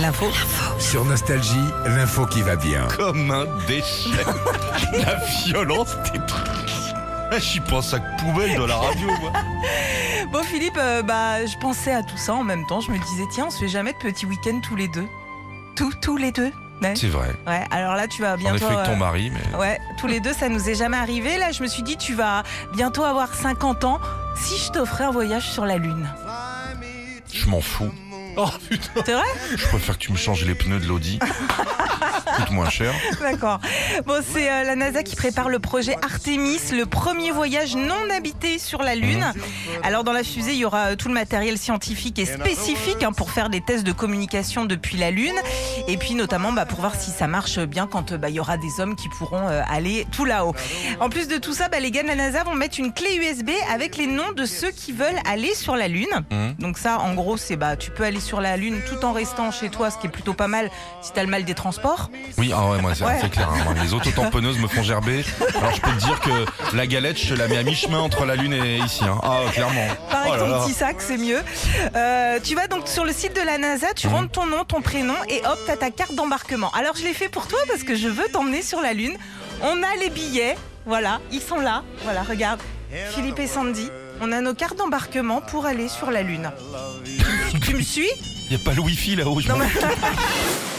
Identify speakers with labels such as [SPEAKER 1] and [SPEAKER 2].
[SPEAKER 1] L'info.
[SPEAKER 2] Sur Nostalgie, l'info qui va bien.
[SPEAKER 3] comme un déchet. la violence des trucs. Ah, J'y pense à poubelle de la radio, moi.
[SPEAKER 1] Bon, Philippe, euh, bah, je pensais à tout ça en même temps. Je me disais, tiens, on se fait jamais de petits week-ends tous les deux. Tous, tous les deux. Ouais.
[SPEAKER 3] Ah, C'est vrai.
[SPEAKER 1] Ouais, alors là, tu vas
[SPEAKER 3] On est
[SPEAKER 1] bientôt.
[SPEAKER 3] fait avec ton
[SPEAKER 1] euh,
[SPEAKER 3] mari, mais.
[SPEAKER 1] Ouais, tous les deux, ça nous est jamais arrivé. Là, je me suis dit, tu vas bientôt avoir 50 ans. Si je t'offrais un voyage sur la Lune.
[SPEAKER 3] Je m'en fous. Oh putain,
[SPEAKER 1] C'est vrai
[SPEAKER 3] je préfère que tu me changes les pneus de l'Audi. Coûte moins cher.
[SPEAKER 1] D'accord. Bon, c'est euh, la NASA qui prépare le projet Artemis, le premier voyage non habité sur la Lune. Alors, dans la fusée, il y aura euh, tout le matériel scientifique et spécifique hein, pour faire des tests de communication depuis la Lune. Et puis, notamment, bah, pour voir si ça marche bien quand euh, bah, il y aura des hommes qui pourront euh, aller tout là-haut. En plus de tout ça, bah, les gars de la NASA vont mettre une clé USB avec les noms de ceux qui veulent aller sur la Lune.
[SPEAKER 3] Mhm.
[SPEAKER 1] Donc ça, en gros, c'est bah tu peux aller sur la Lune tout en restant chez toi, ce qui est plutôt pas mal si t'as le mal des transports.
[SPEAKER 3] Oui, ah ouais, moi, c'est
[SPEAKER 1] Ouais.
[SPEAKER 3] c'est clair. hein. Moi, les autotamponneuses me font gerber. Alors, je peux te dire que la galette, je te la mets à mi-chemin entre la lune et ici. hein. Ah, clairement.
[SPEAKER 1] Par
[SPEAKER 3] Oh là
[SPEAKER 1] exemple,
[SPEAKER 3] là.
[SPEAKER 1] petit sac, c'est mieux. Euh, tu vas donc sur le site de la NASA, tu
[SPEAKER 3] Mhm.
[SPEAKER 1] rentres ton nom, ton prénom et hop, t'as ta carte d'embarquement. Alors je l'ai fait pour toi parce que je veux t'emmener sur la Lune. On a les billets, voilà, ils sont là. Voilà, regarde, Philippe et Sandy, on a nos cartes d'embarquement pour aller sur la Lune. tu me suis
[SPEAKER 3] Y a pas le wifi là-haut. je m'en
[SPEAKER 1] mais-